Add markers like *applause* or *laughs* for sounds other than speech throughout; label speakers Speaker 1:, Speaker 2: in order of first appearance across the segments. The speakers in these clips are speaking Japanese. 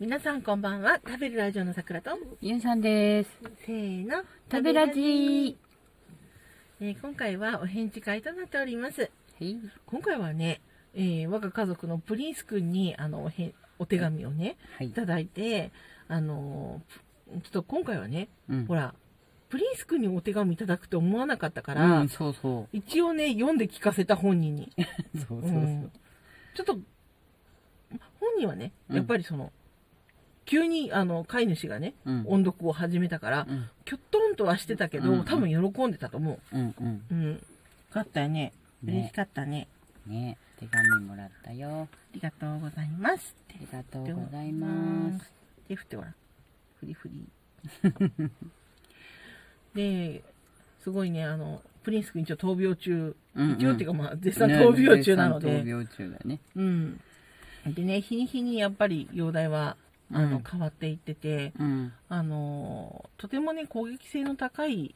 Speaker 1: 皆さんこんばんは食べるラジオの桜と
Speaker 2: ゆんさんです。
Speaker 1: せーの
Speaker 2: 食べラジー。
Speaker 1: えー今回はお返事会となっております
Speaker 2: はい。
Speaker 1: 今回はね、えー我が家族のプリンスくんにあのおへんお手紙をね
Speaker 2: はい
Speaker 1: いただいてあのーちょっと今回はね
Speaker 2: うん。
Speaker 1: ほらプリンスくんにお手紙いただくと思わなかったか
Speaker 2: う
Speaker 1: ら、
Speaker 2: ん、そうそう。
Speaker 1: 一応ね読んで聞かせた本人に
Speaker 2: そう
Speaker 1: う
Speaker 2: そうそ
Speaker 1: ん
Speaker 2: う。
Speaker 1: ちょっと本人はね
Speaker 2: うん
Speaker 1: やっぱりその、急にあの飼い主がね
Speaker 2: うん。
Speaker 1: 音読を始めたから
Speaker 2: うん。
Speaker 1: きょっとんとはしてたけど、
Speaker 2: うん
Speaker 1: 多分喜んでたと思
Speaker 2: うん。うん。
Speaker 1: ううんよかったよね嬉
Speaker 2: ね
Speaker 1: し。かったね
Speaker 2: ね。手紙もらったよ。
Speaker 1: ありがとうございます
Speaker 2: ありがとうございます。
Speaker 1: 手振ってごらんフリフリ *laughs* ですごいねあのプリンス君一応闘病中、
Speaker 2: うんうん
Speaker 1: 一応っていうかまあ絶賛闘病中なので、
Speaker 2: ね絶賛闘病中だね。
Speaker 1: うん。でね、日に日にやっぱり容体は、あの、
Speaker 2: うん
Speaker 1: 変わっていってて、
Speaker 2: うん。
Speaker 1: あの、とてもね、攻撃性の高い、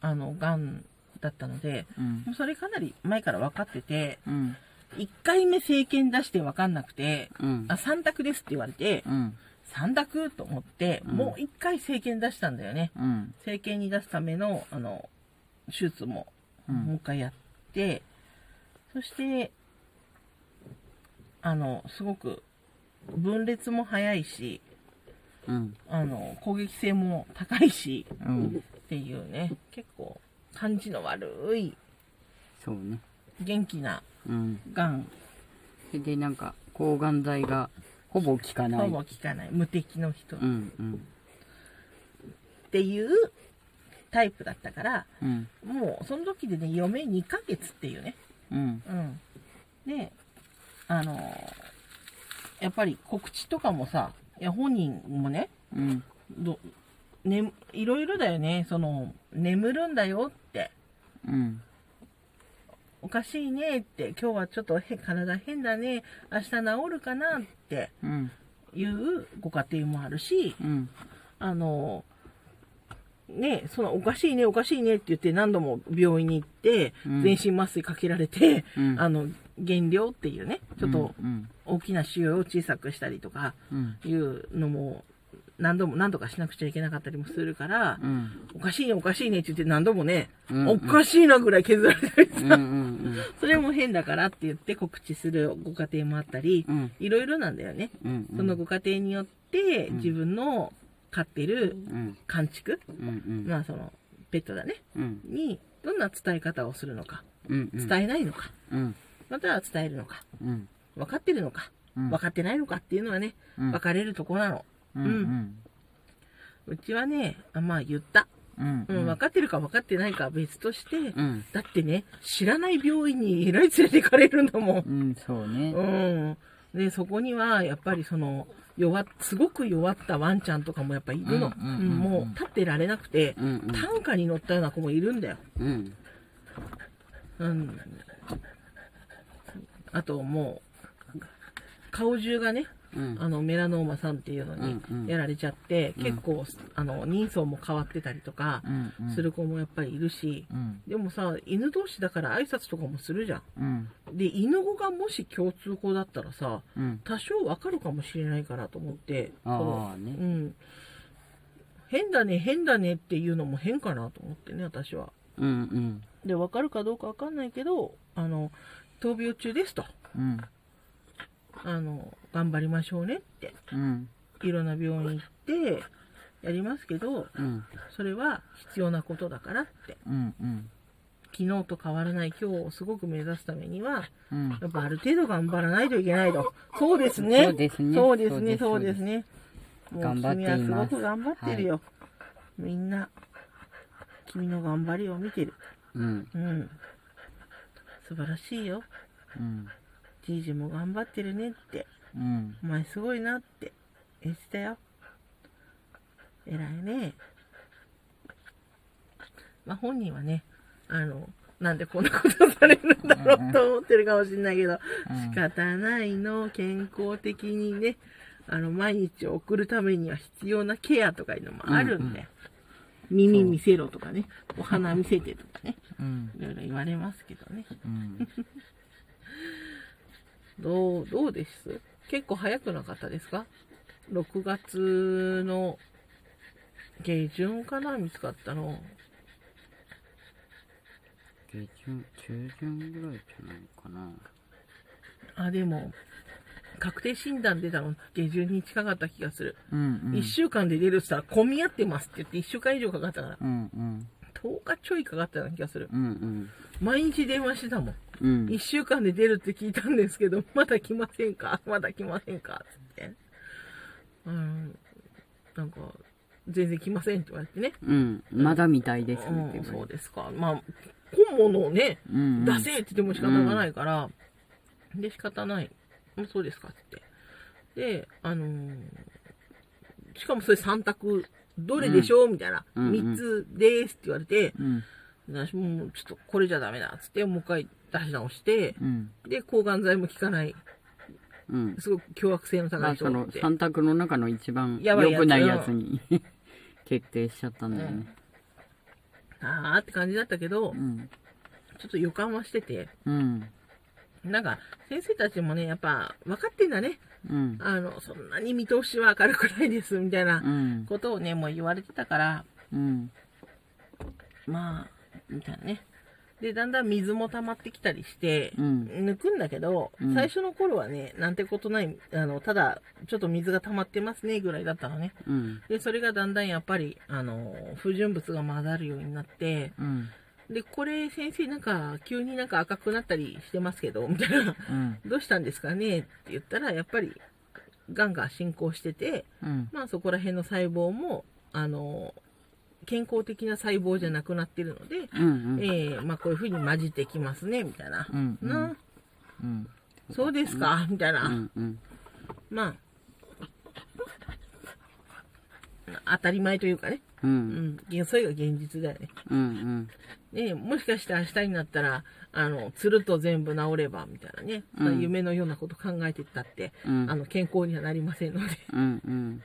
Speaker 1: あの、癌だったので、
Speaker 2: うん
Speaker 1: も。うそれかなり前から分かってて、
Speaker 2: うん。
Speaker 1: 1回目政見出して分かんなくて、
Speaker 2: うん
Speaker 1: あ、。3択ですって言われて、
Speaker 2: うん。
Speaker 1: 3択と思って、
Speaker 2: うん
Speaker 1: もう1回政見出したんだよね。
Speaker 2: うん。
Speaker 1: 政見に出すための、あの、手術も
Speaker 2: う。
Speaker 1: もうん一回やって、そして、あの、すごく分裂も早いし、
Speaker 2: うん。
Speaker 1: あの、攻撃性も高いし、
Speaker 2: うん。
Speaker 1: っていうね、結構感じの悪い
Speaker 2: そうね。
Speaker 1: 元気な
Speaker 2: うん。
Speaker 1: がん、
Speaker 2: それでなんか、抗がん剤がほぼ効かな
Speaker 1: ほ
Speaker 2: い。
Speaker 1: ぼ効かない、無敵の人っ
Speaker 2: うん。うん。
Speaker 1: ていうタイプだったから、
Speaker 2: うん。
Speaker 1: もうその時でね、嫁2ヶ月っていうね、
Speaker 2: うん。
Speaker 1: うん。で、あの、やっぱり告知とかもさ、いや本人もね、
Speaker 2: うん。
Speaker 1: ど、ね、いろいろだよね。その、眠るんだよって、
Speaker 2: うん。
Speaker 1: おかしいねって、今日はちょっとへ体変だね、明日治るかなって
Speaker 2: うん。
Speaker 1: いうご家庭もあるし、
Speaker 2: うん。
Speaker 1: あの、ね、そのおかしいね、おかしいねって言って何度も病院に行って、
Speaker 2: うん
Speaker 1: 全身麻酔かけられて、
Speaker 2: うん
Speaker 1: あの、減量っていうね、ちょっと
Speaker 2: うん。
Speaker 1: 大きな腫瘍を小さくしたりとか
Speaker 2: うん。
Speaker 1: いうのも、何度も何とかしなくちゃいけなかったりもするから、
Speaker 2: うん。
Speaker 1: おかしいね、おかしいねって言って何度もね、
Speaker 2: うん
Speaker 1: おかしいなぐらい削られたり
Speaker 2: う
Speaker 1: さ、
Speaker 2: んうん
Speaker 1: *laughs* それも変だからって言って告知するご家庭もあったり
Speaker 2: う、ん
Speaker 1: いろいろなんだよね。
Speaker 2: うん
Speaker 1: そのご家庭によって、
Speaker 2: うん
Speaker 1: 自分の飼ってる
Speaker 2: うん
Speaker 1: 家畜、
Speaker 2: うん
Speaker 1: まあその、ペットだね、
Speaker 2: うん
Speaker 1: に、どんな伝え方をするのか、
Speaker 2: うん
Speaker 1: 伝
Speaker 2: え
Speaker 1: えないのか、
Speaker 2: うん
Speaker 1: または伝えるのか、
Speaker 2: うん
Speaker 1: 分かってるのか、
Speaker 2: うん
Speaker 1: 分かってないのかっていうのはね、
Speaker 2: うん
Speaker 1: 分かれるとこなの。
Speaker 2: うんうん
Speaker 1: うちはね、あまあ言った。
Speaker 2: うん
Speaker 1: うん、分かってるか分かってないかは別として、
Speaker 2: うん
Speaker 1: だってね、知らない病院にえらい連れて行かれるんだもん。
Speaker 2: うんそうね
Speaker 1: うん。で、そこには、やっぱりその、弱っ、すごく弱ったワンちゃんとかもやっぱいるの。
Speaker 2: うんうん
Speaker 1: うん
Speaker 2: うん
Speaker 1: もう、立ってられなくて、
Speaker 2: うん
Speaker 1: 担架に乗ったような子もいるんだよ。
Speaker 2: うん
Speaker 1: うん。あと、もう、顔中がね、
Speaker 2: うん
Speaker 1: あの、メラノーマさんっていうの
Speaker 2: うんうん
Speaker 1: にやられちゃって、
Speaker 2: うん
Speaker 1: 結構、あの、人相も変わってたりとか、
Speaker 2: うん
Speaker 1: する子もやっぱりいるし、
Speaker 2: うん
Speaker 1: でもさ、犬同士だから挨拶とかもするじゃん。
Speaker 2: うん
Speaker 1: で犬語がもし共通語だったらさ
Speaker 2: うん
Speaker 1: 多少わかるかもしれないからと思って
Speaker 2: ああ
Speaker 1: う
Speaker 2: ね
Speaker 1: ん、変だね変だねっていうのも変かなと思ってね私は。
Speaker 2: うんうん
Speaker 1: でわかるかどうかわかんないけどあの闘病中ですと
Speaker 2: うん
Speaker 1: あの頑張りましょうねって
Speaker 2: うん
Speaker 1: いろんな病院行ってやりますけど
Speaker 2: うん
Speaker 1: それは必要なことだからって
Speaker 2: うんうん
Speaker 1: 昨日と変わらない今日をすごく目指すためには
Speaker 2: うん
Speaker 1: やっぱある程度頑張らないといけないと。そうですね。
Speaker 2: そうですね
Speaker 1: そうですね。そ
Speaker 2: そうう
Speaker 1: で
Speaker 2: ですす
Speaker 1: ね。もう
Speaker 2: 頑張っています
Speaker 1: 君はすごく頑張ってるよ。みんな、君の頑張りを見てる。
Speaker 2: うん
Speaker 1: うん。素晴らしいよ。
Speaker 2: うん
Speaker 1: じいじも頑張ってるねって。
Speaker 2: うん
Speaker 1: お前すごいなって言ってたよ。偉いね。まあ本人はね、あの、なんでこんなことされるんだろうと思ってるかもしれないけど、仕方ないの、健康的にね、あの、毎日を送るためには必要なケアとかいうのもあるんで、耳見せろとかね、お花見せてとかね、
Speaker 2: うん
Speaker 1: いろいろ言われますけどね。
Speaker 2: うん
Speaker 1: どう、どうです結構早くなかったですか6月の下旬かな見つかったの
Speaker 2: 下旬、中旬ぐらいじゃないかな。
Speaker 1: あでも確定診断出たの下旬に近かった気がする、
Speaker 2: うん、うん。
Speaker 1: 1週間で出るって言ったら混み合ってますって言って1週間以上かかったから
Speaker 2: うんうん。
Speaker 1: 10日ちょいかかったような気がする
Speaker 2: うんうん。
Speaker 1: 毎日電話してたもん
Speaker 2: うん。
Speaker 1: 1週間で出るって聞いたんですけど、まだ来ませんかまだ来ませんかつって。うん。なんか、全然来ませんって言われてね。
Speaker 2: うん。まだみたいです
Speaker 1: う
Speaker 2: ねって
Speaker 1: ん、
Speaker 2: 言
Speaker 1: そ
Speaker 2: わ
Speaker 1: う
Speaker 2: れて。
Speaker 1: ですか。まあ、本物をね、
Speaker 2: うんうん。
Speaker 1: 出せって言っても仕方がないから、で、仕方ない。もうそうですかって。で、あのーしかもそれ3択、どれでしょう、みたいな。
Speaker 2: うんうん
Speaker 1: 3つですって言われて、
Speaker 2: うん。
Speaker 1: 私もうちょっとこれじゃダメだっつって、もう一回出し直して、
Speaker 2: うん。
Speaker 1: で、抗がん剤も効かない。
Speaker 2: うん。
Speaker 1: すごく凶悪性の
Speaker 2: ま
Speaker 1: 高い
Speaker 2: あ、
Speaker 1: 人
Speaker 2: その
Speaker 1: って。
Speaker 2: 三択の中の一番
Speaker 1: やばいやつ
Speaker 2: 良くないやつに決定しちゃったんだよね。
Speaker 1: あーって感じだったけど
Speaker 2: う、ん。
Speaker 1: ちょっと予感はしてて。
Speaker 2: うん。
Speaker 1: なんか、先生たちもね、やっぱ、分かってんだね。
Speaker 2: うん。
Speaker 1: あの、そんなに見通しは明るくないです、みたいな
Speaker 2: うん。
Speaker 1: ことをね、もう言われてたから、
Speaker 2: うん。
Speaker 1: まあ、みたいなね。で、だんだん水も溜まってきたりして、
Speaker 2: うん。
Speaker 1: 抜くんだけど、
Speaker 2: うん
Speaker 1: 最初の頃はね、なんてことない、あの、ただ、ちょっと水が溜まってますね、ぐらいだったのね。
Speaker 2: うん。
Speaker 1: で、それがだんだんやっぱり、あの、不純物が混ざるようになって、
Speaker 2: うん。
Speaker 1: で、これ先生なんか急になんか赤くなったりしてますけど、みたいな、
Speaker 2: うん。
Speaker 1: どうしたんですかねって言ったら、やっぱり、がんが進行してて、
Speaker 2: うん。
Speaker 1: まあそこら辺の細胞も、あの、健康的な細胞じゃなくなってるので、
Speaker 2: うん。
Speaker 1: えーまあこういう風に混じってきますね、みたいな。
Speaker 2: うんうん
Speaker 1: な、
Speaker 2: うん。
Speaker 1: そうですか、みたいな。
Speaker 2: うん。うん。
Speaker 1: まあ、当たり前というかね。
Speaker 2: う。
Speaker 1: うんん、いやそれが現実だよね。
Speaker 2: うん。
Speaker 1: ね、もしかして明日になったら、あの、つると全部治れば、みたいなね、
Speaker 2: うん
Speaker 1: まあ夢のようなこと考えてったって、
Speaker 2: うん。
Speaker 1: あの、健康にはなりませんので、 *laughs*
Speaker 2: うん。うん。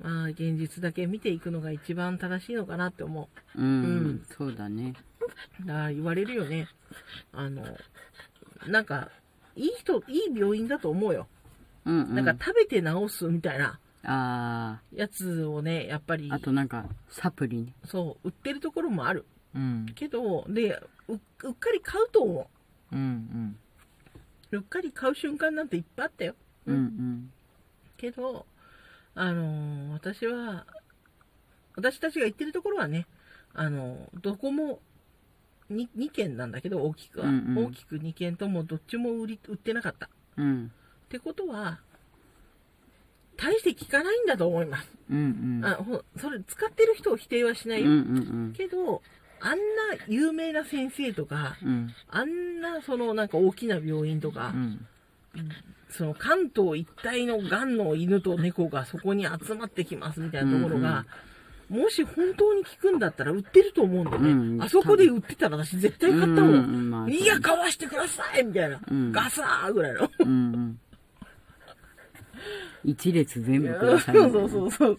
Speaker 1: まあ、現実だけ見ていくのが一番正しいのかなって思
Speaker 2: うん。そうだね。
Speaker 1: う。だから言われるよね。あの、なんか、いい人、いい病院だと思うよ。
Speaker 2: うん。うん。
Speaker 1: なんか食べて治すみたいな
Speaker 2: あ
Speaker 1: やつをね、やっぱり
Speaker 2: あ。、あとなんか、サプリね。
Speaker 1: そう、売ってるところもある。
Speaker 2: うん。
Speaker 1: けど、で、ううっかり買うと思
Speaker 2: うん。
Speaker 1: う。うっかり買う瞬間なんていっぱいあったよ。
Speaker 2: うん。うん。
Speaker 1: けど、あのー私は、私たちが行ってるところはね、あのーどこも 2, 2軒なんだけど、大きくは。
Speaker 2: うんうん
Speaker 1: 大きく2軒ともどっちも売り売ってなかった。っ
Speaker 2: うん。
Speaker 1: てことは、大して効かないんだと思います。
Speaker 2: うん。うん。
Speaker 1: あほそれ、使ってる人を否定はしな
Speaker 2: う
Speaker 1: い
Speaker 2: ん。
Speaker 1: よ。
Speaker 2: うん。
Speaker 1: けど、あんな有名な先生とか、
Speaker 2: うん。
Speaker 1: あんなそのなんか大きな病院とか、
Speaker 2: うん。
Speaker 1: その関東一帯のガンの犬と猫がそこに集まってきますみたいなところが、もし本当に効くんだったら売ってると思うんだよね。
Speaker 2: うん
Speaker 1: あそこで売ってたら私絶対買ったも。
Speaker 2: うんんまあ
Speaker 1: いや、買わしてくださいみたいな。
Speaker 2: うん
Speaker 1: ガサーぐらいの。
Speaker 2: うんうん一列全部く
Speaker 1: そ
Speaker 2: だ
Speaker 1: う
Speaker 2: さい
Speaker 1: *laughs* そ
Speaker 2: みたいな。
Speaker 1: うそうそう。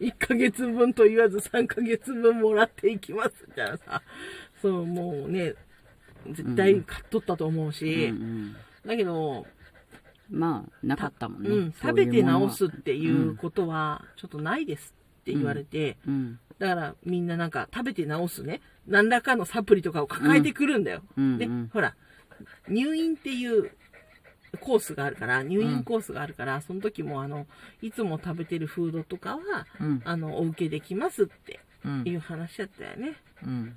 Speaker 1: 1ヶ月分と言わず3ヶ月分もらっていきますみたいなさ。そう、もうね、絶対買っとったと思うし。
Speaker 2: うんうん
Speaker 1: だけど、
Speaker 2: まあ、なかったもんね。
Speaker 1: うん、
Speaker 2: そう
Speaker 1: 食べ
Speaker 2: いう
Speaker 1: て
Speaker 2: ものは
Speaker 1: 治すっていうことはちょっとないですって言われて、
Speaker 2: うん。
Speaker 1: だからみんななんか食べて治すね何らかのサプリとかを抱えてくるんだよ、
Speaker 2: うん
Speaker 1: で、
Speaker 2: うん
Speaker 1: ほら入院っていうコースがあるから入院コースがあるから、その時もあのいつも食べてるフードとかは
Speaker 2: うん。
Speaker 1: あのお受けできますって
Speaker 2: うん
Speaker 1: いう話だったよね
Speaker 2: うん。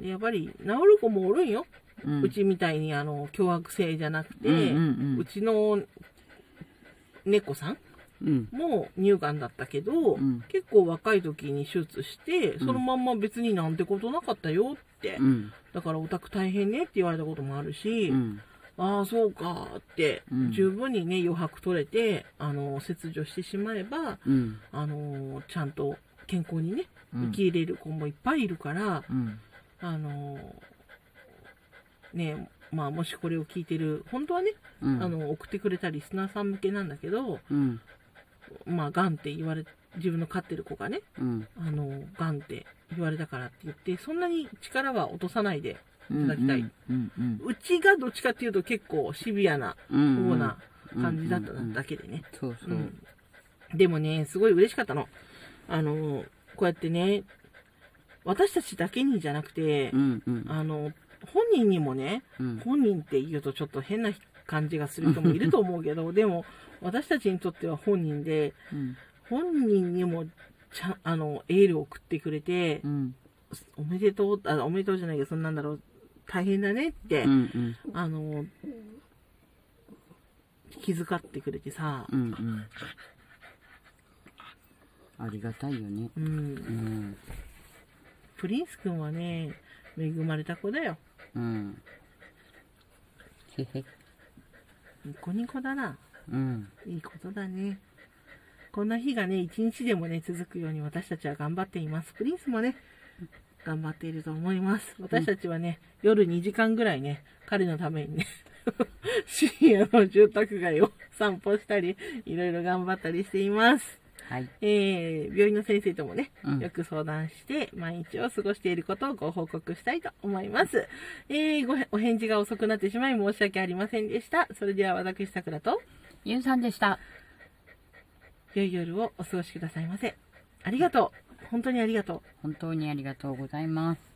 Speaker 1: でやっぱり治る子もおるんよ、
Speaker 2: う。
Speaker 1: うんちみたいにあの凶悪性じゃなくて、
Speaker 2: うんうん
Speaker 1: うちの猫さん
Speaker 2: うん。うん。
Speaker 1: も乳がんだったけど、
Speaker 2: ん
Speaker 1: 結構若い時に手術してそのまんま別になんてことなかったよって、
Speaker 2: うん。
Speaker 1: だからオタク大変ねって言われたこともあるし、
Speaker 2: うん。
Speaker 1: ああそうかって、
Speaker 2: うん
Speaker 1: 十分にね余白取れてあの切除してしまえば
Speaker 2: うん。
Speaker 1: あのちゃんと健康にね
Speaker 2: うん
Speaker 1: 受け入れる子もいっぱいいるから、
Speaker 2: うん。
Speaker 1: あのねまあもしこれを聞いてる本当はね、
Speaker 2: うん。
Speaker 1: あ、の送ってくれたリスナーさん向けなんだけど、
Speaker 2: うん。
Speaker 1: まあ、がんって言われ自分の飼ってる子がね
Speaker 2: うん。
Speaker 1: あのがんって言われたからって言ってそんなに力は落とさないで
Speaker 2: うん。
Speaker 1: ただきたい
Speaker 2: うん。うん。
Speaker 1: うちがどっちかっていうと結構シビアな
Speaker 2: うん。
Speaker 1: 方な感じだっただけでね。
Speaker 2: そうそうう。
Speaker 1: んでもね、すごい嬉しかったの。あの、こうやってね、私たちだけにじゃなくて、
Speaker 2: うんうん。
Speaker 1: あの、本人にもね、
Speaker 2: うん。
Speaker 1: 本人って言うとちょっと変な感じがする人もいると思うけど、でも私たちにとっては本人で、
Speaker 2: うん。
Speaker 1: 本人にもちゃんあのエールを送ってくれて、
Speaker 2: うん。
Speaker 1: おめでとうあ、おめでとうじゃないけど、そんなんだろう、大変だねって、
Speaker 2: うん。
Speaker 1: あの、気遣ってくれてさ、
Speaker 2: うんうん。ありがたいよね。
Speaker 1: うん、
Speaker 2: うん。
Speaker 1: プリンス君はね、恵まれた子だよ。
Speaker 2: うん。へへ。
Speaker 1: ニコニコだな。
Speaker 2: うん。
Speaker 1: いいことだね。こんな日がね、一日でもね、続くように私たちは頑張っています。プリンスもね、頑張っていると思います。私たちはね、夜2時間ぐらいね、彼のためにね、 *laughs* 深夜の住宅街を散歩したり、いろいろ頑張ったりしています。
Speaker 2: はい。
Speaker 1: えー病院の先生ともね、
Speaker 2: うん
Speaker 1: よく相談して、毎日を過ごしていることをご報告したいと思います。えーごへ、お返事が遅くなってしまい申し訳ありませんでした。それでは私、さくらと、
Speaker 2: ゆうさんでした。
Speaker 1: 良い夜をお過ごしくださいませ。ありがとう。本当にありがとう。
Speaker 2: 本当にありがとうございます。